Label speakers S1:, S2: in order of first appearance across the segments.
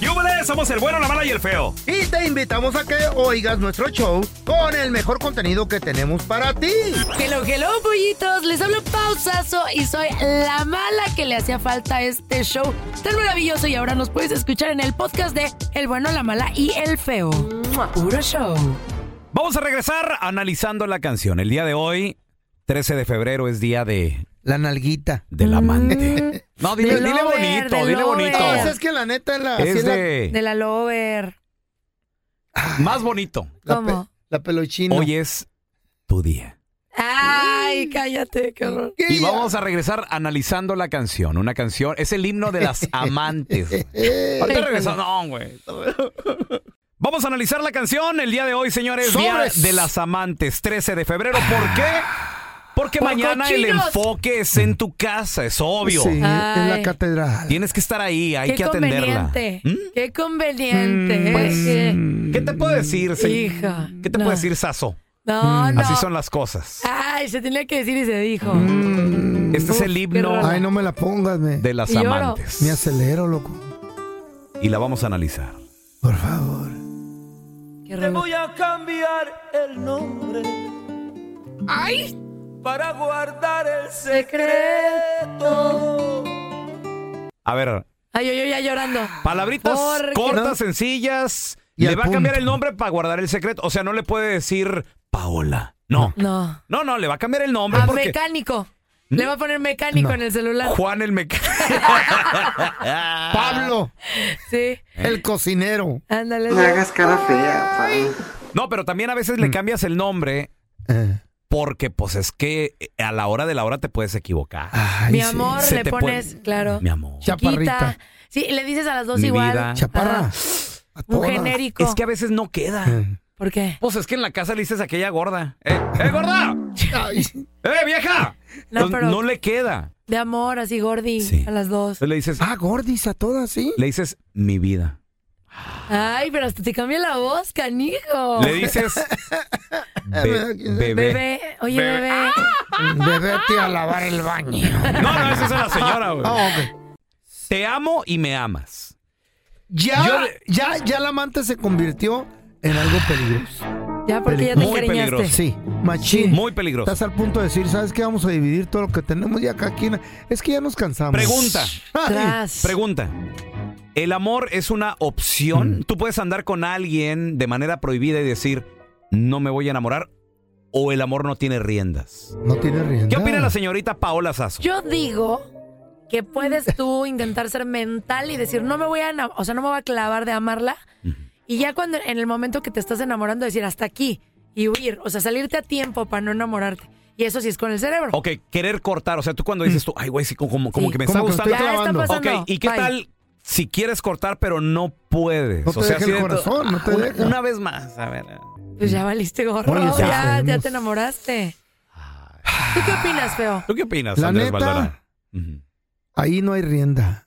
S1: ¡Yúbele! Somos el bueno, la mala y el feo.
S2: Y te invitamos a que oigas nuestro show con el mejor contenido que tenemos para ti.
S3: Hello, hello, pollitos. Les hablo pausazo y soy la mala que le hacía falta a este show tan maravilloso. Y ahora nos puedes escuchar en el podcast de El bueno, la mala y el feo. Puro show.
S1: Vamos a regresar analizando la canción. El día de hoy, 13 de febrero, es día de
S2: La nalguita.
S1: del amante. No, dile,
S3: Del
S1: dile
S3: lover,
S1: bonito,
S3: del
S1: dile
S3: lover.
S1: bonito.
S2: Pues es que la neta la, así
S1: Es
S2: la-
S1: de
S3: De la lover.
S1: más bonito.
S2: la
S3: ¿Cómo?
S2: pe- la peluchina.
S1: Hoy es tu día.
S4: Mm.
S3: Ay, cállate, qué horror.
S2: ¿Qué?
S1: Y vamos a regresar analizando la canción. Una canción, es el himno de las amantes.
S2: Eh,
S1: Ahorita regresamos. No, güey. Vamos a analizar la canción el día de hoy, señores.
S2: Sobres.
S1: Día de las amantes, 13 de febrero. ¿Por qué? Porque
S3: Ah. Por
S1: mañana el
S3: cochinos.
S1: enfoque es en tu casa, es obvio.
S2: sí, en la
S3: Ay.
S2: catedral.
S1: Tienes que estar ahí, hay
S3: qué
S1: que atenderla.
S3: conveniente.
S1: ¿Mm? pues,
S3: Qué conveniente. ¿eh? Que-
S1: ¿Qué te puedo decir, se-
S3: Hija,
S1: ¿Qué te
S3: no.
S1: puedo decir, Saso?
S3: No, no.
S1: mm, Así son las cosas.
S3: Ay, se tenía que decir y se dijo.
S1: Este es el himno
S3: raro.
S2: Ay, no me la pongas, me,
S1: de las
S3: Y lloro.
S1: amantes.
S2: me acelero, loco.
S1: Y la vamos a analizar.
S2: Por favor.
S3: Qué horror.
S4: a cambiar el nombre
S3: Ay,
S4: para guardar el secreto.
S1: A ver,
S3: ay, yo, yo ya llorando.
S1: Palabritas
S3: Porque-
S1: cortas,
S2: ¿No?
S1: sencillas.
S2: Y
S1: le
S2: al
S1: va a cambiar
S2: punto.
S1: el nombre para guardar el secreto. O sea, no le puede decir Paola. No.
S3: No.
S1: No, no, le va a cambiar el nombre
S3: A
S1: porque
S3: mecánico.
S1: ¿Mm?
S3: Le va a poner mecánico
S2: No.
S3: en el celular.
S1: Juan el mecánico. Ah.
S2: Pablo,
S3: Sí.
S1: Eh.
S2: el cocinero.
S3: Ándale.
S1: No, pero también a veces le cambias el nombre
S2: Eh,
S1: porque, pues, es que a la hora de la hora te puedes equivocar.
S2: ay,
S3: Mi
S2: sí.
S3: amor,
S1: Se
S3: le
S1: te
S3: pones,
S1: pone-
S3: claro.
S1: Mi amor.
S2: Chaparrita.
S3: Quita. Sí, le dices a las dos
S1: Mi
S3: igual.
S1: vida.
S2: Chaparra.
S1: Ah.
S3: Ajá.
S2: A
S3: Un
S2: todas.
S3: genérico.
S1: Es que a veces no queda.
S2: Eh.
S3: ¿Por qué?
S1: Pues es que en la casa le dices a aquella gorda. ¡Eh, eh, gorda!
S2: Ay,
S1: ¡Eh, vieja!
S3: No,
S1: No,
S3: pero-
S1: no le queda.
S3: De amor, así gordi.
S1: Sí.
S3: A las dos.
S1: Entonces le dices,
S2: Ah, gordis a todas, sí.
S1: le dices, mi vida.
S3: Ay, pero hasta te cambia la voz, canijo.
S2: Oh.
S1: Le dices "Be- bebé. Ah.
S3: Bebé, oye, bebé.
S2: Bebete a lavar el baño.
S1: No, no, esa es la señora, güey.
S2: Ah, ok.
S1: Te amo y me amas.
S2: Ya,
S1: Yo le-
S2: ya, ya la amante se convirtió en algo peligroso.
S3: Ya, porque ya te
S1: Muy
S3: encariñaste.
S1: peligroso.
S2: Sí, machín.
S1: Muy peligroso.
S2: Estás al punto de decir, ¿sabes qué? Vamos a dividir todo lo que tenemos y acá aquí. Es que ya nos cansamos.
S1: Pregunta,
S2: Ay,
S3: Tras.
S1: pregunta. ¿El amor es una opción?
S2: Mm.
S1: ¿Tú puedes andar con alguien de manera prohibida y decir, no me voy a enamorar? ¿O el amor no tiene riendas?
S2: No tiene rienda.
S1: ¿Qué opina la señorita Paola Sasso?
S3: Yo digo que puedes tú intentar ser mental y decir, no me voy a, ena- o sea, no me voy a clavar de amarla. Y ya cuando en el momento que te estás enamorando, decir hasta aquí y huir, o sea, salirte a tiempo para no enamorarte. Y eso sí es con el cerebro.
S1: Ok, querer cortar. O sea, tú cuando dices tú, ay, güey, sí, como, como
S3: Sí.
S1: que me está
S2: Mm. Como que me
S1: gustando.
S2: estoy
S3: Ya está
S2: clavando.
S1: Ok,
S3: pasando.
S1: ¿y qué
S3: Bye.
S1: tal si quieres cortar pero no puedes?
S2: No te deja
S1: así
S2: el
S1: de-
S2: corazón, no te
S1: Ah, una,
S2: deja.
S1: una vez más, a ver.
S3: Pues ya valiste gorro,
S2: Oye, ¿qué
S3: ya, ya
S2: hacemos?
S3: te enamoraste. ¿Tú qué opinas, feo?
S1: ¿Tú qué opinas,
S2: La
S1: Andrés
S2: neta,
S1: Valdora? Ujú.
S2: Ahí no hay rienda.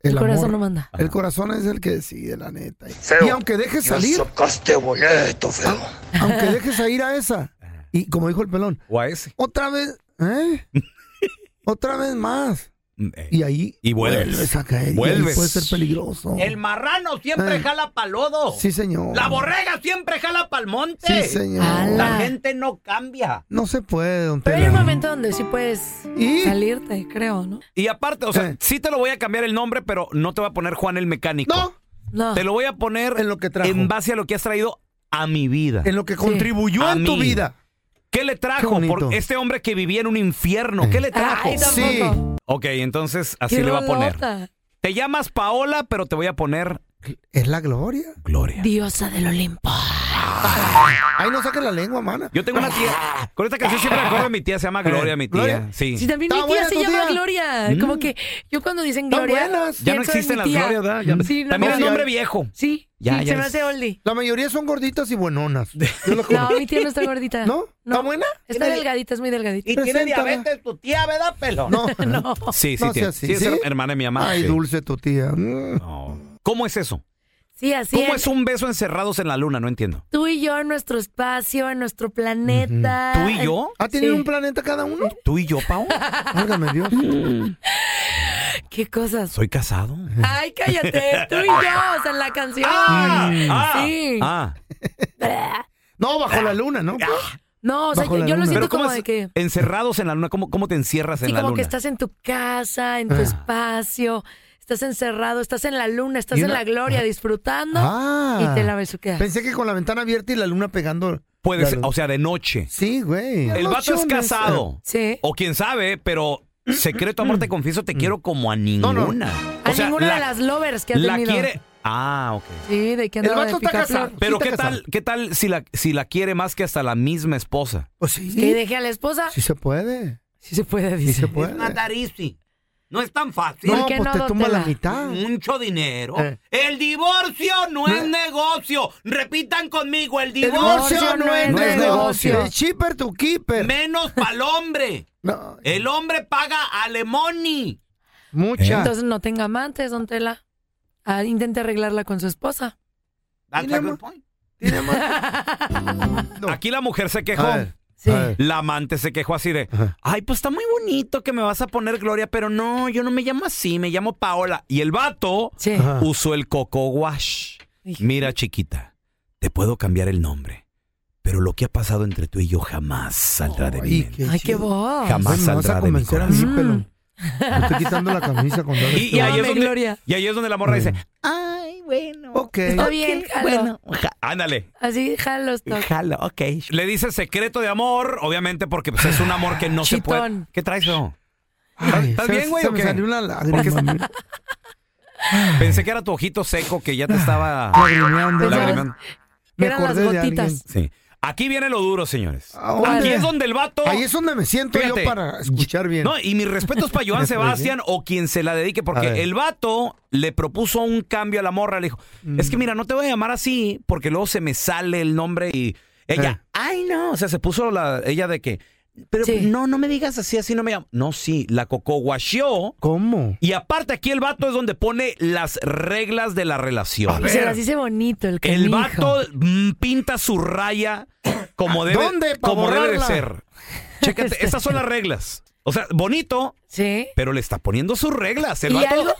S3: El,
S2: amor-
S3: corazón no manda.
S2: El corazón es el que decide, la neta. Y aunque dejes salir,
S4: Sacaste boleto, feo.
S2: aunque dejes a ir a esa,
S1: Ah.
S2: y como dijo el pelón,
S1: ¿O a ese?
S2: otra vez, ¿eh? otra vez más.
S1: Mm, eh.
S2: Y ahí
S1: Y vuelves.
S2: a caer. y ahí
S1: Vuelves.
S2: puede ser peligroso.
S1: marrano
S2: Eh.
S1: jala pa'l lodo.
S2: Sí, señor.
S1: borrega siempre jala pa'l monte.
S2: Sí, señor.
S3: Ala. La
S1: gente no cambia.
S2: No se puede, don
S3: Pero hay
S2: Tela.
S3: un momento donde sí puedes
S2: ¿Y?
S3: salirte, creo, ¿no?
S1: Y aparte, o sea,
S2: Eh.
S1: sí te lo voy a cambiar el nombre, pero no te voy a poner Juan el Mecánico.
S2: No,
S3: No.
S1: Te lo voy a poner
S2: En lo que trajo.
S1: en base a lo que has traído a mi vida.
S2: en lo que contribuyó
S1: A
S2: en tu
S1: mí.
S2: vida.
S1: ¿Qué le
S2: Qué
S1: trajo?
S2: bonito.
S1: Por este hombre que vivía en un infierno. ¿Qué le trajo?
S3: Ay, tampoco.
S2: Sí.
S1: Ok, entonces así
S3: Qué
S1: le va a poner.
S3: rolota.
S1: Te llamas Paola, pero te voy a poner
S2: Es la gloria.
S1: Gloria.
S3: Diosa del Olimpo.
S2: Ay, no saques la lengua, mana.
S1: Yo tengo una tía. Con esta canción siempre me acuerdo de mi tía, se llama Gloria, mi tía.
S2: Gloria.
S1: Sí.
S3: Sí, también
S2: Está
S3: mi tía
S2: buena
S3: se
S2: tu
S3: llama
S2: tía. Mm.
S3: Gloria. Como que yo cuando dicen
S2: Están
S3: Gloria.
S2: buenas.
S1: Ya no
S3: pienso en
S1: existen
S3: mi
S1: las
S3: tía.
S1: glorias, ¿verdad? Ya-
S3: Sí, no,
S1: También
S3: no,
S1: el
S3: ya-
S1: nombre viejo.
S3: Sí,
S1: Ya,
S3: sí,
S1: ya
S3: se me
S1: es-
S3: hace oldie.
S2: La mayoría son gorditas y buenonas. Yo lo
S3: No,
S2: conozco.
S3: mi tía no está gordita.
S2: ¿No? ¿Está buena?
S3: Está
S2: Tiene-
S3: delgadita, es muy delgadita.
S2: Preséntala.
S1: tu tía, ¿verdad, pelo?
S2: No.
S1: Sí, sí,
S2: No
S1: tiene.
S2: seas así,
S1: Sí, es
S2: ¿sí?
S1: her- hermana de mi mamá.
S2: Ay,
S1: sí.
S2: dulce tu tía. Mm.
S1: No. ¿Cómo es eso?
S3: Sí, así
S1: ¿Cómo
S3: es.
S1: es un beso encerrados en la luna? No entiendo.
S3: Tú y yo en nuestro espacio, en nuestro planeta. Eh,
S1: ¿Tú y yo?
S2: ¿Ha tenido
S3: Sí.
S2: un planeta cada uno?
S1: ¿Tú y yo, Pao?
S2: Válgame Dios.
S3: ¿Qué cosas?
S1: ¿Soy casado?
S3: Ay, cállate, tú y yo, o sea, en la canción.
S1: Ah,
S3: sí.
S1: ah.
S2: No, bajo la luna, ¿no?
S3: No, o sea,
S2: Bajo
S3: yo,
S2: la
S3: yo lo
S2: luna.
S3: siento
S1: Pero ¿cómo
S3: como
S1: es-
S3: de que...
S1: encerrados en la luna? ¿Cómo, cómo te encierras
S3: Sí,
S1: en la
S3: como
S1: luna?
S3: que estás en tu casa,
S2: Ah.
S3: en tu espacio, estás encerrado, estás en la luna, estás
S2: Y
S3: en
S2: una-
S3: la gloria disfrutando
S2: Ah.
S3: y te la besuqueas.
S2: Pensé que con la ventana abierta y la luna pegando.
S1: Puede
S2: la
S1: ser,
S2: luz.
S1: o sea, de noche.
S2: Sí, güey.
S1: El vato es
S2: Lociones.
S1: casado.
S3: Sí.
S1: O quién sabe, pero secreto amor te confieso, te quiero como a
S2: no.
S1: ninguna.
S3: A
S1: O sea,
S3: ninguna
S1: la-
S3: de las lovers que has
S1: la
S3: tenido.
S1: quiere. Ah, ok.
S3: Sí, de que
S2: El
S3: andaba de
S2: vato está
S3: picaflor.
S2: casado.
S1: Pero
S2: Sí está
S1: qué
S2: casado.
S1: tal, qué tal si la, si la quiere más que hasta la misma esposa.
S2: Pues sí.
S3: Que deje a la esposa.
S2: Sí se puede.
S3: Sí se puede,
S2: Sí
S3: dice.
S2: se
S1: Pues,
S2: puede.
S1: No es tan fácil.
S3: ¿Por
S2: No,
S3: qué
S2: pues
S3: no,
S2: te tumba
S3: Dotela?
S2: la mitad.
S1: Mucho dinero.
S2: Eh.
S1: El divorcio no es negocio. Repitan conmigo, el
S2: El divorcio no es
S1: no es
S2: negocio.
S3: negocio.
S2: El cheaper to keeper.
S1: menos para el hombre.
S2: No,
S1: El hombre paga alemoni.
S2: mucha.
S3: Entonces no tenga amantes, don Tela. Ah, intente arreglarla con su esposa.
S2: That's a good Tiene más- No.
S1: Aquí la mujer se
S2: A
S1: quejó.
S2: ver,
S3: Sí.
S2: a ver.
S1: La amante se quejó así de,
S2: Ajá.
S1: ay, pues está muy bonito que me vas a poner Gloria, pero no, yo no me llamo así, me llamo Paola. Y el vato
S3: Sí.
S2: Ajá.
S1: usó el coco wash.
S3: Hijo.
S1: Mira, chiquita, te puedo cambiar el nombre, pero lo que ha pasado entre tú y yo jamás saldrá de mi
S2: Ay,
S1: mente.
S3: Ay, qué
S2: chido.
S3: voz.
S1: Jamás.
S2: Ay, me vas
S1: saldrá
S2: a
S1: de mi
S2: convencer a mí,
S1: corazón.
S2: pelón. Me estoy quitando la camisa con todo
S1: Y, y ahí
S2: esto.
S1: es
S3: Llámame
S1: donde,
S3: Gloria.
S1: y ahí es donde la morra dice,
S5: Ay, bueno.
S2: Ok.
S3: Está bien, jalo.
S1: "Ja, "Ah, ándale.
S3: Así, jalo esto.
S5: Jalo, ok.
S1: Le dice secreto de amor, obviamente, porque pues, es un amor que no se puede.
S3: Chitón.
S1: ¿Qué traes, no?
S2: Ay,
S1: ¿Estás
S2: se-
S1: bien, güey,
S2: se
S1: o
S2: me
S1: qué?
S2: salió una lágrima. mira.
S1: Pensé que era tu ojito seco que ya te estaba
S2: Lagrimeando.
S1: lagrimeando.
S2: Me
S3: Eran las
S2: acordé de
S3: gotitas.
S2: alguien.
S1: Sí. Aquí viene lo duro, señores.
S2: ¿A dónde?
S1: Aquí es donde el vato.
S2: Ahí es donde me siento
S1: Fíjate.
S2: yo para escuchar bien.
S1: No, y mis respetos para Joan Sebastián o quien se la dedique,
S2: Este, A ver.
S1: porque el vato le propuso un cambio a la morra. Le dijo: Es que
S2: Mm.
S1: mira, no te voy a llamar así, porque luego se me sale el nombre y ella,
S2: Eh.
S1: ay, no. O sea, se puso la, ella de que, pero
S3: Sí.
S1: no, no me digas así, así no me llamo. No, sí, la cocoguacheó.
S2: ¿Cómo?
S1: Y aparte, aquí el vato es donde pone las reglas de la relación.
S2: A
S3: Y se
S2: ver.
S3: las dice bonito el canijo.
S1: El vato mm, pinta su raya como debe,
S2: ¿Dónde? Pa'
S1: como debe de
S2: borrarla.
S1: ser. Chécate, estas son las reglas. O sea, bonito,
S3: Sí.
S1: pero le está poniendo sus reglas. El
S3: ¿Y
S1: vato
S3: algo?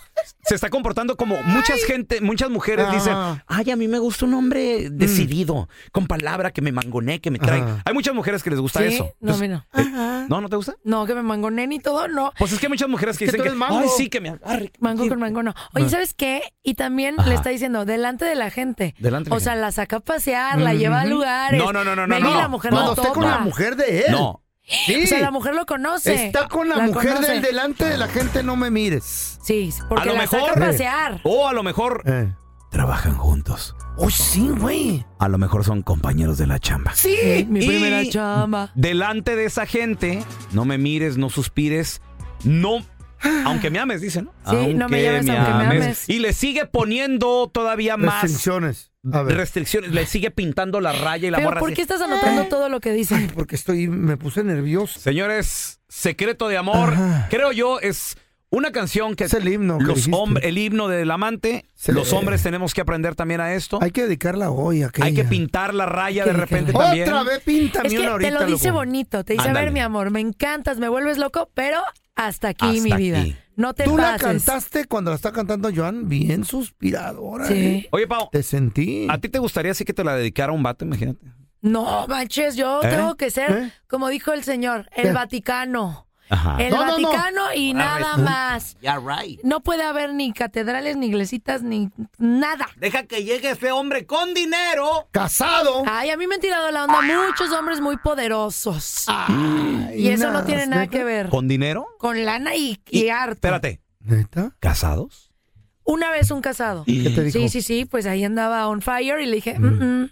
S1: se está comportando como muchas gente, muchas mujeres
S2: Ajá. Mm.
S1: dicen, ay, a mí me gusta un hombre decidido, con palabra que me mangoné, que me trae.
S2: Ajá.
S1: Hay muchas mujeres que les gusta
S3: Sí.
S1: eso.
S3: No, a
S1: Entonces, eh,
S3: mí no.
S1: ¿No? ¿No te gusta?
S3: No, que me mangonen y todo, no.
S1: Pues es que hay muchas mujeres que
S2: Es que
S1: dicen
S2: tú
S1: que,
S2: eres mango.
S1: ay, sí, que me agarre.
S3: Mango con mango no. Oye, ¿sabes qué? Y también
S1: Ajá.
S3: le está diciendo, delante de la gente.
S1: Delante de la
S3: O sea,
S1: gente.
S3: la saca a pasear, la lleva a lugares.
S1: No, no, no, no, no,
S3: Maybe
S1: no,
S3: la
S1: no.
S3: mujer
S2: Cuando
S3: no,
S2: esté con
S3: toma.
S2: la mujer de él.
S1: No.
S2: Sí.
S3: O sea, la mujer lo conoce.
S2: Está con la, mujer
S3: conoce.
S2: del delante de la gente, no me mires.
S3: Sí,
S1: A
S3: porque
S1: lo
S3: la saca a
S1: mejor-
S3: pasear.
S1: O a lo mejor
S2: Eh.
S1: trabajan juntos.
S2: Oh, sí, güey.
S1: A lo mejor son compañeros de la chamba.
S3: Sí, mi
S1: Y-
S3: primera chamba.
S1: delante de esa gente, no me mires, no suspires, no. Aunque me ames, dice, ¿no?
S3: Sí, no me llames, aunque me ames.
S1: Y le sigue poniendo todavía más
S2: Restricciones. A ver.
S1: restricciones. Le sigue pintando la raya y la
S3: Pero
S1: morra.
S3: ¿por
S1: así.
S3: qué estás
S2: Eh.
S3: anotando todo lo que dice?
S2: Porque estoy, me puse nervioso.
S1: Señores, Secreto de Amor,
S2: Ajá.
S1: creo yo, es una canción que
S2: Es el himno que
S1: los
S2: dijiste.
S1: hombres, el himno del amante,
S2: Sí.
S1: los hombres tenemos que aprender también a esto. Hay,
S2: Hay que dedicarla hoy a aquella.
S1: que pintar la raya
S3: Hay
S1: de
S3: que
S1: repente
S3: dedicarla.
S1: también.
S2: Otra vez píntame
S3: Es que
S2: una ahorita.
S3: te lo dice
S2: loco.
S3: bonito. Te dice, a
S1: Ándale.
S3: ver, mi amor, me encantas, me vuelves loco, pero hasta aquí
S1: Hasta
S3: mi vida.
S1: aquí.
S3: No te
S2: Tú la
S3: pases.
S2: cantaste cuando la está cantando Joan, bien suspiradora.
S3: Sí.
S2: eh.
S1: Oye, Pau,
S2: Te sentí.
S1: ¿a ti te gustaría así que te la dedicara un vato? Imagínate.
S3: No, manches, yo
S1: ¿Eh?
S3: tengo que ser,
S2: ¿Eh?
S3: como dijo el señor, el
S2: ¿Qué? Ah.
S3: Vaticano.
S1: Ajá.
S3: El
S2: No, no, no.
S3: Vaticano y nada más.
S4: Ya, right.
S3: No puede haber ni catedrales, ni iglesitas, ni nada.
S4: Deja que llegue ese hombre con dinero.
S2: Casado.
S3: Ay, a mí me han tirado la onda muchos hombres muy poderosos.
S2: Ay,
S3: Ah, y eso
S2: nada,
S3: no tiene nada
S2: ¿neta?
S3: que ver
S1: ¿Con dinero?
S3: con lana y, y, harto.
S1: Espérate,
S2: ¿Neta?
S1: ¿casados?
S3: Una vez un casado.
S2: ¿Qué te dijo?
S3: Sí, sí, sí, pues ahí andaba on fire y le dije, "Mm, mm.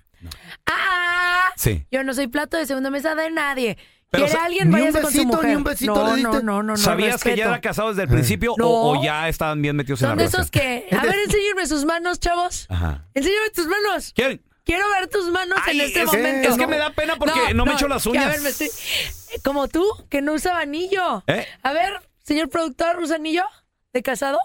S3: Ah,
S1: Sí.
S3: yo no soy plato de segunda mesa de nadie.
S1: Pero
S3: ¿Quiere
S1: sa-
S3: alguien
S2: ni un
S3: váyase con su
S2: besito, ni
S3: mujer?
S2: un besito
S3: no,
S2: le diste.
S3: no, no, no, no,
S1: ¿Sabías que ya
S3: respeto.
S1: era casado desde el principio o-
S3: No.
S1: o, ya estaban bien metidos en la
S3: Son de
S1: relación?
S3: esos que... A ver, enséñenme sus manos, chavos.
S1: Ajá.
S3: Enséñame tus manos.
S1: ¿Quién?
S3: Quiero ver tus manos
S1: Ay,
S3: en este
S1: es que-
S3: momento.
S1: es que me da pena porque no me echo las
S3: que
S1: uñas.
S3: A ver, me estoy- Como tú, que no usaba anillo.
S1: ¿Eh?
S3: A ver, señor productor, ¿usa anillo de casado?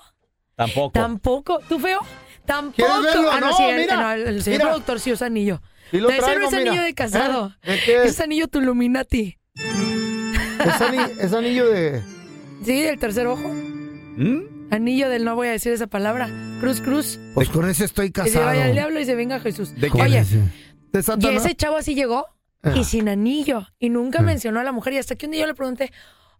S1: Tampoco.
S3: Tampoco. ¿Tú feo? Tampoco.
S2: ¿Quieres verlo?
S3: Ah, no,
S2: No,
S3: sí, el,
S2: mira,
S3: no, el- el señor
S2: mira.
S3: productor sí usa anillo.
S2: Sí lo
S3: De ese
S2: traigo,
S3: no es
S2: mira.
S3: anillo de casado.
S2: ¿Eh? ¿De qué?
S3: Es anillo tu Illuminati.
S2: Es, ani- es anillo de.
S3: Sí, del tercer ojo.
S1: ¿Mm?
S3: Anillo del no voy a decir esa palabra. Cruz, cruz.
S2: Pues con ese estoy
S3: Que se
S2: casado.
S3: vaya el diablo y se venga Jesús.
S1: ¿De
S2: Con
S1: qué?
S3: Oye,
S2: ese. ¿De
S3: y
S2: Satanás?
S3: ese chavo así llegó
S2: Ah.
S3: y sin anillo. Y nunca mencionó a la mujer. Y hasta que un día yo le pregunté,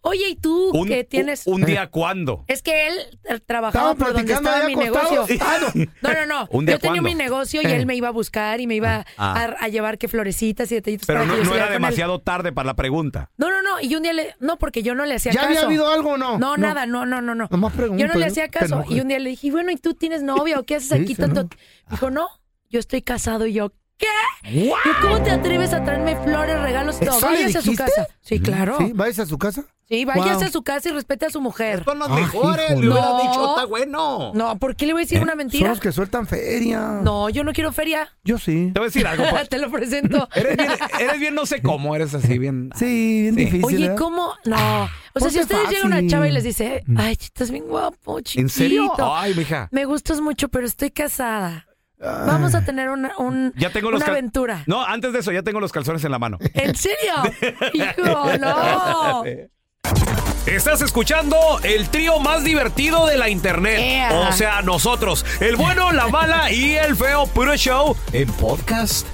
S3: oye, ¿y tú
S1: Mm. Un,
S3: qué tienes?
S1: un día cuándo.
S3: Es que él eh, trabajaba
S2: Estaba
S3: por donde
S2: platicando
S3: estaba
S2: ahí
S3: mi
S2: acostado.
S3: negocio.
S2: Ah, no.
S3: No, no, no.
S1: ¿Un día
S3: yo tenía
S1: cuándo?
S3: mi negocio y
S2: Eh.
S3: él me iba a buscar y me iba
S1: Ah.
S3: a, a llevar que florecitas y detallitos.
S1: Pero
S3: para
S1: no,
S3: que yo
S1: no era
S3: estuviera con él.
S1: demasiado tarde para la pregunta.
S3: No, no, no. Y un día le. No, porque yo no le hacía
S2: ¿Ya
S3: caso.
S2: había habido algo o no?
S3: No, nada, no, no, no, no.
S2: Nomás pregunto,
S3: yo no le
S2: ¿eh?
S3: hacía
S2: Te
S3: caso.
S2: enojas.
S3: Y un día le dije, "Y bueno, ¿y tú tienes novia o qué haces aquí?
S2: dice, no?
S3: tanto?" Dijo, no, yo estoy casado. Y yo, ¿qué? ¿Y ¿Cómo te atreves a traerme flores, regalos? No,
S2: ¿Eso le
S3: váyase a su
S2: dijiste?
S3: casa. Sí, claro.
S2: ¿Sí?
S3: Sí,
S2: ¿Vais a su casa?
S3: váyase
S2: Wow.
S3: a su casa y respete a su mujer.
S4: Son los
S2: Ah,
S4: mejores.
S2: híjole.
S4: Le hubiera
S3: No.
S4: dicho, está bueno.
S3: No, ¿por qué le voy a decir una
S2: Son
S3: mentira?
S2: los ¿Eh? que sueltan feria.
S3: No, yo no quiero feria.
S2: Yo sí.
S1: Te voy a decir algo. pues.
S3: te lo presento.
S1: Eres bien, eres bien no sé cómo, eres así bien.
S2: Sí, bien difícil.
S3: Oye,
S2: ¿eh?
S3: ¿cómo?
S1: ah,
S3: No. O sea,
S2: Ponte
S3: si ustedes
S2: fácil.
S3: llegan a una chava y les dice, ay, estás bien guapo, chiquito.
S1: Mm. ¿En serio? Ay, mija.
S3: Me gustas mucho, pero estoy casada.
S2: Ah.
S3: Vamos a tener una, un-
S1: Ya tengo los
S3: una
S1: cal-
S3: aventura.
S1: No, antes de eso, ya tengo los calzones en la mano.
S3: ¿En serio? Hijo, no.
S5: Estás escuchando el trío más divertido de la internet.
S3: Ea.
S5: O sea, nosotros, el bueno, la mala y el feo puro show
S1: Eh,
S5: en podcast.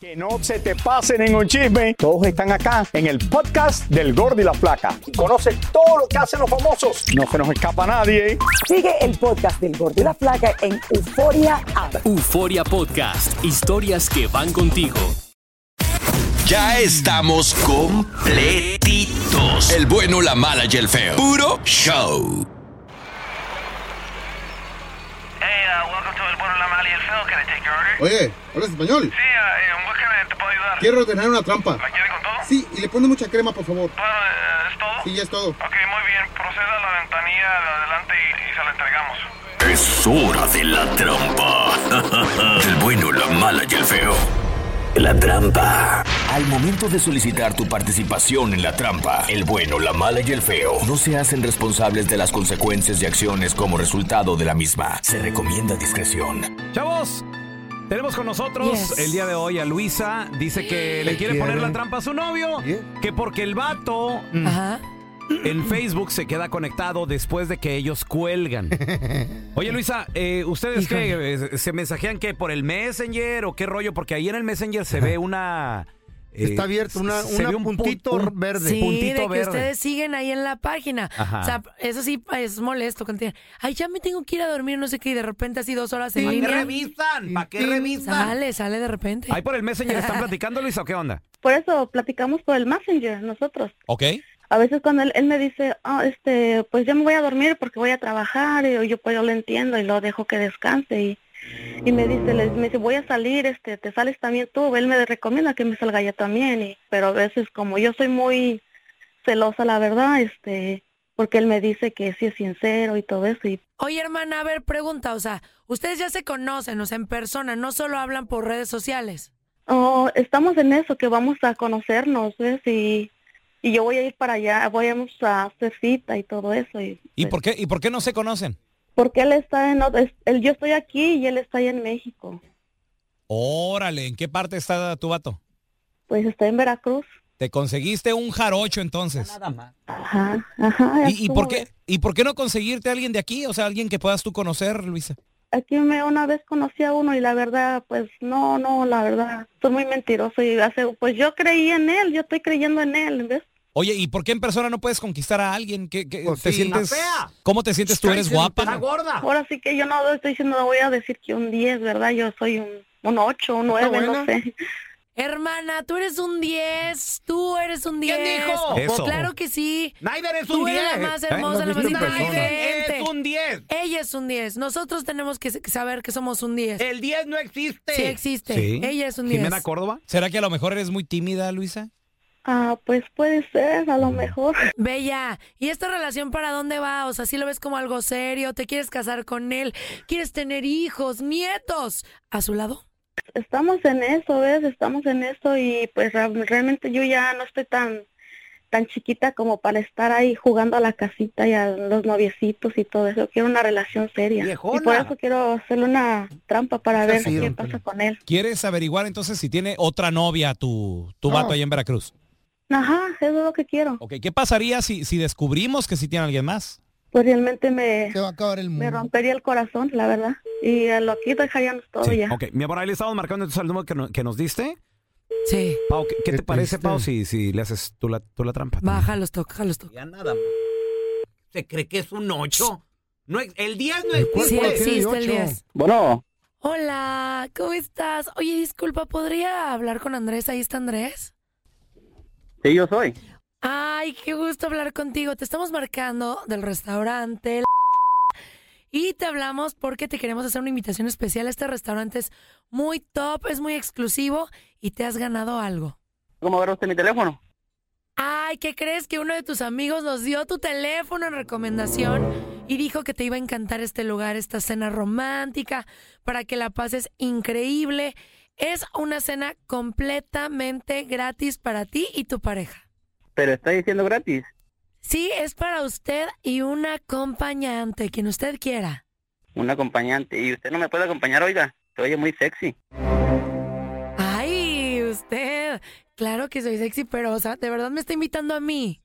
S6: Que no se te pase ningún chisme. Todos están acá en el podcast del Gordi y la Flaca. Y conoce todo lo que hacen los famosos. No se nos escapa nadie.
S7: Sigue el podcast del Gordo y la Flaca en Euforia App.
S8: Euforia Podcast, historias que van contigo.
S9: Ya estamos completitos. El bueno, la mala y el feo. Puro show.
S10: Hey, uh, welcome to El Bueno, la Mala y el Feo. Can I take your order?
S11: Oye, ¿hablas español?
S10: Sí, uh, um, what can I, te puedo ayudar?
S11: Quiero ordenar una trampa.
S10: ¿La quiere con todo?
S11: Sí, y le pone mucha crema, por favor.
S10: Claro, eh, ¿es todo?
S11: Sí, ya es todo.
S10: Ok, muy bien. Proceda a la ventanilla de adelante y, y se la entregamos.
S9: Es hora de la trampa. El bueno, la mala y el feo. La trampa. Al momento de solicitar tu participación en la trampa, el bueno, la mala y el feo no se hacen responsables de las consecuencias y acciones como resultado de la misma. Se recomienda discreción.
S1: Chavos, tenemos con nosotros
S3: Yes.
S1: el día de hoy a Luisa. Dice que le quiere poner
S2: quiere.
S1: la trampa a su novio.
S2: Yeah.
S1: Que porque el vato
S3: Ajá.
S1: en Facebook se queda conectado después de que ellos cuelgan. Oye, Luisa, eh, ¿ustedes qué? eh, ¿Se mensajean que por el Messenger o qué rollo? Porque ahí en el Messenger se ve una. eh,
S2: Está abierto, una-
S1: se
S2: una
S1: ve pun-
S2: puntito verde.
S3: Sí,
S1: puntito
S3: de que
S1: verde. Ah.
S3: ustedes siguen ahí en la página.
S1: Ajá.
S3: O sea, eso sí es molesto. cuando te- Ay, ya me tengo que ir a dormir, no sé qué, y de repente así dos horas en
S4: ¿Para qué
S3: línea.
S4: revisan? ¿Para qué
S2: Tin, tin.
S4: revisan?
S3: Sale, sale de repente.
S1: Ahí por el Messenger están platicando, Luisa, ¿o qué onda?
S10: Por eso platicamos por el Messenger nosotros.
S1: Ok.
S10: A veces cuando él, él me dice, ah, este, pues yo me voy a dormir porque voy a trabajar, y yo pues yo lo entiendo y lo dejo que descanse y, y me dice, le- me dice, voy a salir, este, te sales también tú, él me recomienda que me salga yo también, y, pero a veces como yo soy muy celosa la verdad, este, porque él me dice que sí es sincero y todo eso y
S3: Oye, hermana, a ver, pregunta, o sea, ustedes ya se conocen, o sea, en persona, no solo hablan por redes sociales.
S10: Oh, estamos en eso, que vamos a conocernos, ¿ves? Y, y yo voy a ir para allá, vamos a hacer cita y todo eso. ¿Y, por qué, ¿Y por qué no se conocen? Porque él está en, ot- es- él, yo estoy aquí y él está allá en México.
S5: Órale, ¿en qué parte está tu vato?
S10: Pues está en Veracruz.
S5: Te conseguiste un jarocho entonces.
S10: Ajá, ajá.
S5: ¿Y, y
S10: estuvo,
S5: por
S10: ¿ves?
S5: qué, ¿Y por qué no conseguirte a alguien de aquí? O sea, alguien que puedas tú conocer, Luisa.
S10: Aquí me una vez conocí a uno y la verdad, pues no, no, la verdad, soy muy mentiroso y hace, pues yo creí en él, yo estoy creyendo en él, ¿ves?
S5: Oye, ¿y por qué en persona no puedes conquistar a alguien? ¿Qué, qué-
S2: Pues
S5: te
S2: sí.
S5: sientes,
S4: Está fea.
S5: ¿Cómo te sientes tú? ¿Eres
S4: Está
S5: guapa?
S4: gorda.
S10: Ahora sí que yo no estoy diciendo, no voy a decir que un 10, ¿verdad? Yo soy un, un 8, un 9,
S2: buena.
S10: no sé.
S3: Hermana, tú eres un 10, tú eres un 10.
S4: ¿Quién dijo?
S1: Eso.
S3: Claro que sí.
S4: Naider es
S3: Tú
S4: un
S3: eres la
S4: 10.
S3: más
S2: ¿Eh?
S3: hermosa, la
S2: Lo
S3: más
S2: mismo persona.
S3: inteligente.
S4: Es un 10.
S3: Ella es un 10. Nosotros tenemos que saber que somos un 10.
S4: El 10 no existe.
S3: Sí existe.
S1: Sí.
S3: Ella es un 10.
S1: Jimena Córdoba.
S5: ¿Será que a lo mejor eres muy tímida, Luisa?
S10: Ah, pues puede ser, a lo
S5: Mm.
S10: mejor.
S3: Bella, ¿y esta relación para dónde va? O sea, si lo ves como algo serio, te quieres casar con él, quieres tener hijos, nietos. ¿A su lado?
S10: Estamos en eso, ¿ves? Estamos en eso y pues ra- realmente yo ya no estoy tan tan chiquita como para estar ahí jugando a la casita y a los noviecitos y todo eso. Quiero una relación seria. Y por
S4: Viejona.
S10: eso quiero hacerle una trampa para
S2: Ya
S10: ver
S2: sí,
S10: qué
S2: don
S10: pasa
S2: Tela.
S10: con él.
S5: ¿Quieres averiguar entonces si tiene otra novia tu, tu vato
S10: No.
S5: ahí en Veracruz?
S10: Ajá, eso es lo que quiero.
S5: Ok, ¿qué pasaría si, si descubrimos que sí tiene alguien más?
S12: pues realmente me,
S2: va a acabar el
S12: me rompería el corazón, la verdad. Y eh, lo aquí dejaríamos todo
S1: Sí,
S12: ya.
S1: ok, mi amor, ahí le estamos marcando entonces al número que, no- que nos diste.
S3: Sí.
S1: Pau, ¿qué,
S5: Este,
S1: qué te parece, Pau, si, si le haces tú la, tú la trampa?
S3: Va, jalos toca, jalos toca.
S13: Ya nada más. ¿Se cree que es un 8? No, ex- el 10 no existe.
S3: Sí existe el 10.
S10: Bueno,
S3: Hola, ¿cómo estás? Oye, disculpa, ¿podría hablar con Andrés? Ahí está Andrés.
S10: sí, yo soy.
S3: Ay, qué gusto hablar contigo. Te estamos marcando del restaurante. la- Y te hablamos porque te queremos hacer una invitación especial. Este restaurante es muy top, es muy exclusivo y te has ganado algo.
S10: ¿Cómo agarró usted mi teléfono?
S3: Ay, ¿qué crees que uno de tus amigos nos dio tu teléfono en recomendación y dijo que te iba a encantar este lugar, esta cena romántica, para que la pases increíble? Es una cena completamente gratis para ti y tu pareja.
S10: Pero está diciendo gratis.
S3: Sí, es para usted y un acompañante, quien usted quiera.
S10: Un acompañante. ¿Y usted no me puede acompañar, oiga? Se oye muy sexy.
S3: Ay, usted. Claro que soy sexy, pero, o sea, de verdad me está invitando a mí.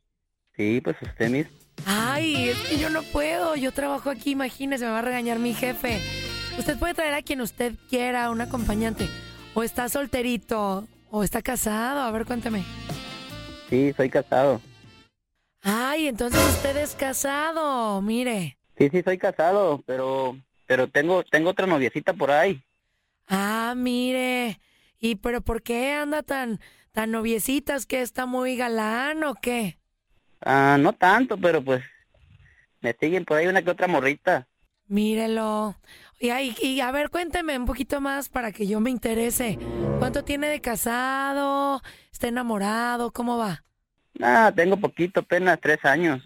S10: Sí, pues usted mismo.
S3: Ay, es que yo no puedo. Yo trabajo aquí, imagínese, me va a regañar mi jefe. Usted puede traer a quien usted quiera, un acompañante. O está solterito, o está casado. A ver, cuéntame.
S10: Sí, soy casado.
S3: Ay, entonces usted es casado. Mire.
S10: Sí, sí, soy casado, pero pero tengo tengo otra noviecita por ahí.
S3: Ah, mire. ¿Y pero por qué anda tan, tan noviecitas que está muy galán o qué?
S10: Ah, no tanto, pero pues me siguen por ahí una que otra morrita.
S3: Mírelo. Y, ay, y a ver, cuénteme un poquito más para que yo me interese. ¿Cuánto tiene de casado? ¿Está enamorado? ¿Cómo va?
S10: Ah, tengo poquito, apenas tres años.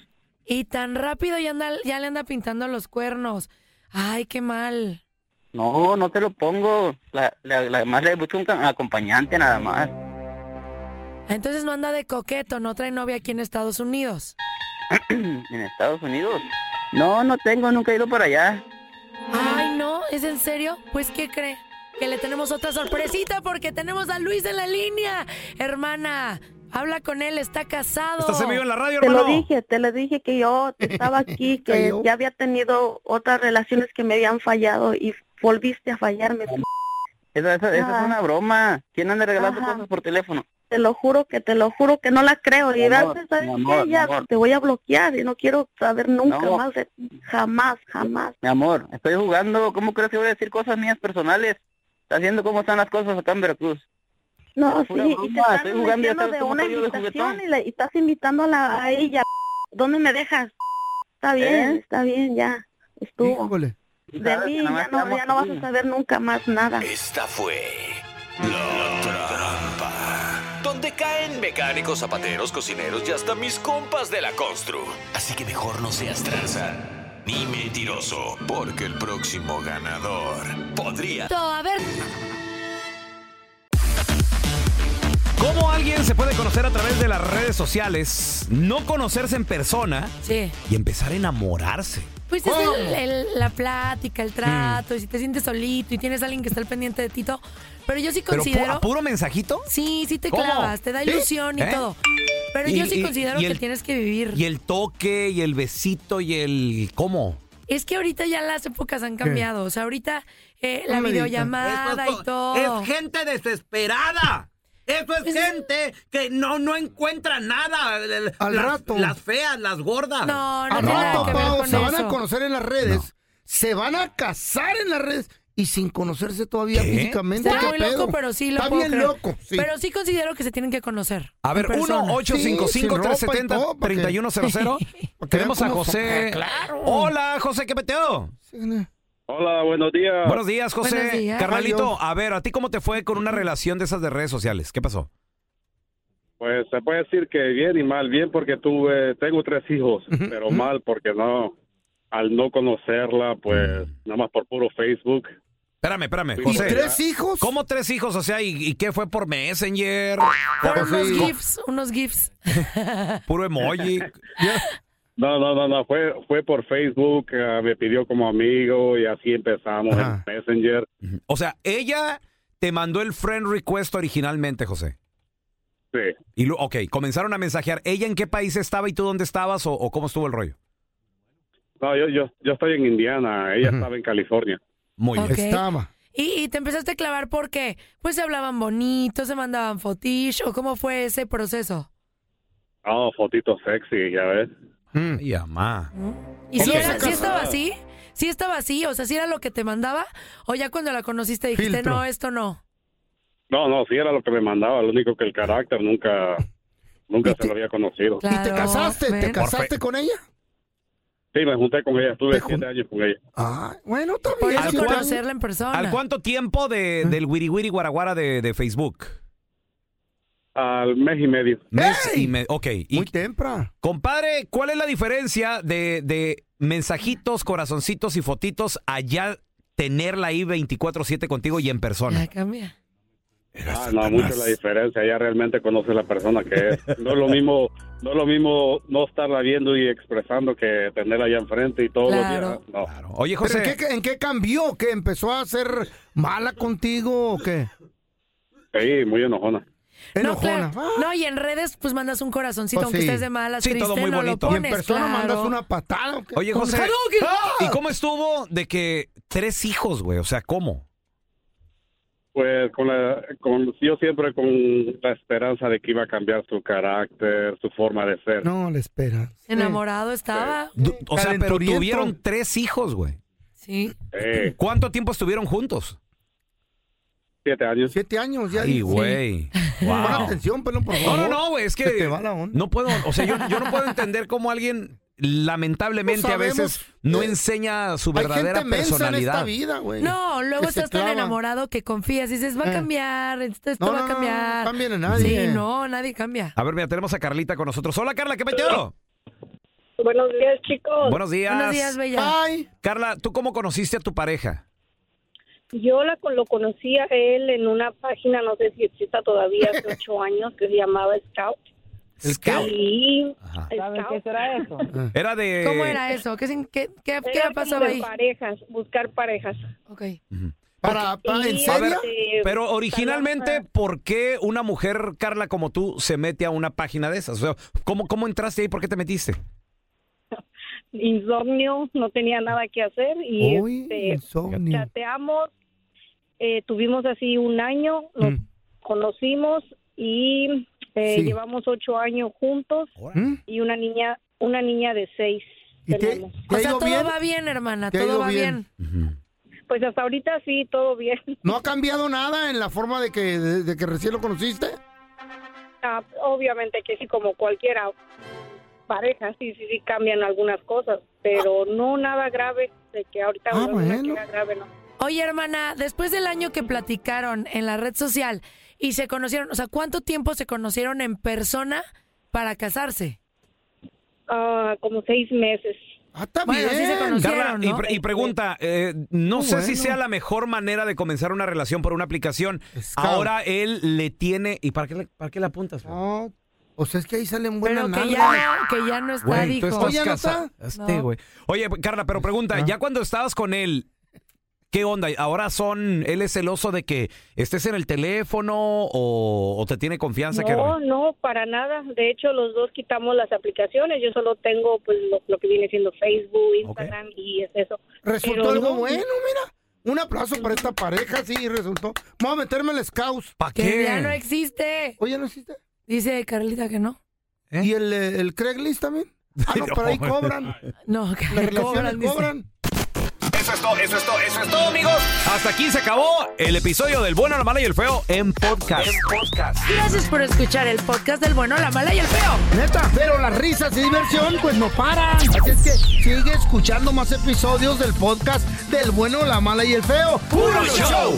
S3: Y tan rápido ya, anda, ya le anda pintando los cuernos. Ay, qué mal.
S10: No, no te lo pongo. La, la, la- más le busco un ca- acompañante nada más.
S3: Entonces no anda de coqueto, no trae novia aquí en Estados Unidos.
S10: en Estados Unidos. No, no tengo, nunca he ido para allá.
S3: Ay, no, ¿es en serio? Pues, ¿qué cree? Que le tenemos otra sorpresita porque tenemos a Luis en la línea. Hermana, habla con él, está casado.
S12: Te lo dije, te lo dije que yo estaba aquí, que ya había tenido otras relaciones que me habían fallado y volviste a fallarme.
S10: Eso, eso, eso es
S12: Ajá.
S10: una broma. ¿Quién anda regalando
S12: Ajá.
S10: cosas por teléfono?
S12: Te lo juro que te lo juro que no la creo. Y
S10: Mi amor,
S12: gracias, ¿sabes
S10: mi amor,
S12: qué?
S10: mi
S12: Ya
S10: amor.
S12: te voy a bloquear y no quiero saber nunca
S10: No.
S12: más de ti. Jamás, jamás.
S10: Mi amor, estoy jugando. ¿Cómo crees que voy a decir cosas mías personales? Estás viendo cómo están las cosas acá en Veracruz.
S12: No,
S10: Pura
S12: sí, y
S10: broma,
S12: te estás
S10: estoy jugando, ya
S12: metiendo
S10: sabes
S12: de
S10: cómo
S12: una
S10: soy yo de
S12: invitación
S10: juguetón.
S12: y, la- y estás invitándola a ella. ¿Dónde me dejas? Está bien,
S10: ¿Eh?
S12: está bien, ya. Estuvo. De
S10: Sabes que
S12: mí
S10: nada más
S12: ya no,
S10: estamos
S12: ya no vas
S10: aquí.
S12: a saber nunca más nada.
S9: Esta fue la trampa. Donde caen mecánicos, zapateros, cocineros y hasta mis compas de la constru. Así que mejor no seas tranza ni mentiroso, porque el próximo ganador podría...
S3: A ver,
S1: ¿Cómo alguien se puede conocer a través de las redes sociales, no conocerse en persona
S3: Sí.
S1: y empezar a enamorarse?
S3: Pues es el- el- la plática, el trato, y si te sientes solito y tienes a alguien que está al pendiente de ti, todo. Pero yo sí
S1: ¿Pero pu-
S3: considero.
S1: a puro mensajito?
S3: Sí, sí te
S1: ¿Cómo?
S3: clavas, te da
S1: ¿Sí?
S3: ilusión y
S1: ¿Eh?
S3: todo. Pero
S1: Y-
S3: yo sí
S1: y-
S3: considero
S1: y
S3: que
S1: el-
S3: tienes que vivir.
S1: Y el toque, y el besito, y el cómo.
S3: Es que ahorita ya las épocas han
S1: ¿Qué?
S3: cambiado. O sea, ahorita eh, la
S1: No me digas.
S3: videollamada
S13: Eso
S3: y todo.
S13: Es gente desesperada. Eso es gente que no, no encuentra nada. El-
S2: Al
S13: las,
S2: rato.
S13: las feas, las gordas.
S3: No,
S1: Ah,
S2: Al rato, Pau, se van a conocer en las redes, se van a casar en las redes y sin conocerse todavía físicamente.
S3: Está
S2: ¿qué
S3: muy
S2: pedo?
S3: loco, pero sí lo
S2: Está
S3: puedo
S2: bien
S3: creer.
S2: loco. sí.
S3: Pero sí considero que se tienen que conocer.
S1: A ver,
S3: en persona.
S1: 1-855-370-3100. Tenemos a
S3: cómo son.
S1: José.
S3: Ah, claro.
S1: Hola, José, ¿qué peteo?
S14: Hola, buenos días.
S1: Buenos días, José.
S14: Buenos días.
S1: Carnalito, a ver, ¿a ti cómo te fue con una relación de esas de redes sociales? ¿Qué pasó?
S14: Pues se puede decir que bien y mal, bien porque tuve, tengo tres hijos, pero mal porque no, al no conocerla, pues nada más por puro Facebook.
S1: Espérame, espérame,
S14: Sí,
S1: José.
S14: ¿tres
S1: hijos? ¿Cómo tres hijos? O sea, ¿y, y qué fue por Messenger?
S3: Por unos
S1: Co-
S3: gifs, unos gifs.
S1: Puro emoji.
S14: No, no, no, no, fue, fue por Facebook, eh, me pidió como amigo y así empezamos
S1: Ajá.
S14: en Messenger.
S1: O sea, ella te mandó el friend request originalmente, José.
S14: Sí.
S1: Y lu- ok, comenzaron a mensajear. ¿Ella en qué país estaba y tú dónde estabas o, o cómo estuvo el rollo?
S15: No, yo, yo, yo estoy en Indiana, ella estaba en California.
S1: Muy
S3: Ok. Y, y te empezaste a clavar porque, pues, se hablaban bonito, se mandaban fotish, o cómo fue ese proceso.
S14: Ah,
S15: Oh, fotito sexy, ya ves.
S1: Y amá.
S3: ¿Y si, era- si estaba así? ¿Si estaba así? O sea, si era lo que te mandaba? ¿O ya cuando la conociste dijiste,
S15: Filtro.
S3: no, esto no?
S15: No, no, sí era lo que me mandaba, lo único que el carácter nunca, nunca se lo había conocido.
S2: ¿Y te casaste? ¿Te
S3: ven.
S2: casaste con ella?
S15: Sí, me junté con ella, estuve siete años con ella.
S2: Ah, Bueno,
S3: Por
S2: también.
S3: eso conocerla en persona.
S1: ¿Al cuánto tiempo de,
S2: Mm.
S1: del wiri wiri guaraguara de, de Facebook?
S15: Al mes y medio.
S1: Mes y medio, ok. Muy
S2: temprano.
S1: Compadre, ¿cuál es la diferencia de, de mensajitos, corazoncitos y fotitos allá tenerla ahí 24-7 contigo y en persona?
S3: Cambia.
S15: Ah, no, mucho la diferencia, ella realmente conoce la persona que es. No es lo mismo, no es lo mismo no estarla viendo y expresando que tenerla allá enfrente y todos
S2: Claro.
S15: los días. No.
S1: Oye,
S2: ¿Pero en, qué, en qué cambió? ¿Que empezó a ser mala contigo o qué?
S15: Sí, muy enojona.
S3: No, claro.
S2: Ah.
S3: No, y en redes, pues, mandas un corazoncito,
S2: Oh,
S1: Pues
S3: aunque
S1: sí.
S3: estés de malas,
S1: Sí, todo
S3: triste,
S1: muy
S3: no lo
S1: bonito.
S3: pones,
S1: Y en persona
S3: claro.
S2: mandas una patada.
S1: Oye,
S2: Con
S1: José,
S2: Hadouken.
S1: ¿y cómo estuvo de que tres hijos, güey? O sea, ¿cómo?
S15: Pues con la, con, yo siempre con la esperanza de que iba a cambiar su carácter, su forma de ser.
S2: No, le espera.
S3: Enamorado estaba.
S1: O sea, pero
S15: Calenturiento.
S1: tuvieron tres hijos, güey.
S3: Sí.
S15: Sí,
S1: ¿Cuánto tiempo estuvieron juntos?
S15: siete años.
S2: Eh, Siete años ya.
S1: Ay, güey. Wow.
S2: Pon atención, pelón, por
S1: No,
S2: favor.
S1: no, no, güey, es que
S2: Se te va la onda.
S1: no puedo, o sea, yo, yo no puedo entender cómo alguien lamentablemente
S2: No
S1: a veces
S2: sabemos,
S1: no
S2: eh,
S1: enseña su
S2: hay gente
S1: verdadera
S2: mensa en
S1: personalidad.
S2: esta vida, güey.
S3: No, luego
S2: Que se
S3: estás tan
S2: clava.
S3: enamorado que confías y dices, va a
S2: Eh.
S3: cambiar, esto, esto
S2: No,
S3: va
S2: no,
S3: a
S2: no, no
S3: cambiar.
S2: cambian a nadie.
S3: Sí, no, nadie cambia.
S1: A ver, mira, tenemos a Carlita con nosotros. Hola, Carla, ¿qué metido?
S12: Buenos días, chicos.
S1: Buenos días.
S12: Buenos días, bella. Bye.
S1: Carla, ¿tú cómo conociste a tu pareja?
S12: Yo la, lo conocí a él en una página, no sé si exista todavía, hace ocho años, que se llamaba Scout.
S1: Scout. Ah.
S12: Sí, Scout. qué será eso?
S1: Era de
S3: ¿Cómo era eso? ¿Qué, sin- qué, qué, qué pasaba ahí?
S12: parejas, buscar parejas.
S3: Ok.
S2: Para,
S12: para- ¿en
S1: A
S12: serio?
S1: ver,
S12: Este,
S1: pero originalmente, ¿por qué una mujer, Carla, como tú, se mete a una página de esas? O sea, ¿cómo, cómo entraste ahí? ¿Por qué te metiste?
S12: Insomnio, no tenía nada que hacer y
S2: Uy,
S12: este,
S2: insomnio.
S12: chateamos, eh, tuvimos así un año, nos conocimos y eh,
S2: Mm. Sí.
S12: llevamos ocho años juntos
S2: ¿Mm?
S12: y una niña, una niña de seis.
S2: ¿Y te,
S12: tenemos.
S2: te
S3: O
S2: ha
S3: sea,
S2: ido
S3: todo
S2: bien?
S3: va bien, hermana,
S2: ¿Te ha
S3: todo
S2: ido
S3: va bien.
S2: bien?
S12: Pues hasta ahorita sí, todo bien.
S2: ¿No ha cambiado nada en la forma de que, de, de que recién lo conociste?
S12: Ah, obviamente que sí, como cualquiera pareja, sí, sí, sí cambian algunas cosas, pero no nada grave, de que ahorita
S2: Ah,
S12: no,
S2: bueno.
S12: nada grave, no.
S3: Oye, hermana, después del año que platicaron en la red social y se conocieron, o sea, ¿cuánto tiempo se conocieron en persona para casarse?
S12: Ah, como seis meses.
S2: Ah, está
S3: Bueno, sí se conocieron,
S1: Carla, y,
S3: ¿no?
S1: pre- y pregunta, eh, no
S2: Uh,
S3: Muy
S1: sé si
S3: bueno.
S1: sea la mejor manera de comenzar una relación por una aplicación.
S2: Scout.
S1: Ahora él le tiene... ¿Y para qué le, para qué le apuntas? güey?
S2: No. O sea, es que ahí salen buenas
S3: Pero que
S2: nalgas.
S3: ya, no, que ya no está,
S1: Güey,
S3: dijo.
S1: tú estás casa- Este,
S3: No.
S1: güey. Oye, Carla, pero pregunta, ya cuando estabas con él, ¿qué onda? ¿Ahora son, él es celoso de que estés en el teléfono o, o te tiene confianza? que
S12: No, no, para nada. De hecho, los dos quitamos las aplicaciones. Yo solo tengo pues lo, lo que viene siendo Facebook, Instagram y es eso.
S2: Resultó
S12: Pero
S2: algo
S12: no,
S2: bueno, mira. Un aplauso para esta pareja, sí, resultó. Vamos a meterme en el scout.
S1: ¿Para
S3: Que ya no existe.
S2: Oye, ¿no existe?
S3: Dice Carlita que no.
S2: ¿Y el, eh, el Craigslist también? Ah, no, pero ahí cobran.
S3: No, que
S2: Las relaciones
S3: cobran, dice.
S2: cobran.
S1: Eso es todo, eso es todo, eso es todo, amigos. Hasta aquí se acabó el episodio del bueno, la mala y el feo en podcast.
S3: Gracias por escuchar el podcast del bueno, la mala y el feo.
S2: Neta, pero las risas y diversión pues no paran. Así es que sigue escuchando más episodios del podcast del bueno, la mala y el feo.
S1: ¡Puro show!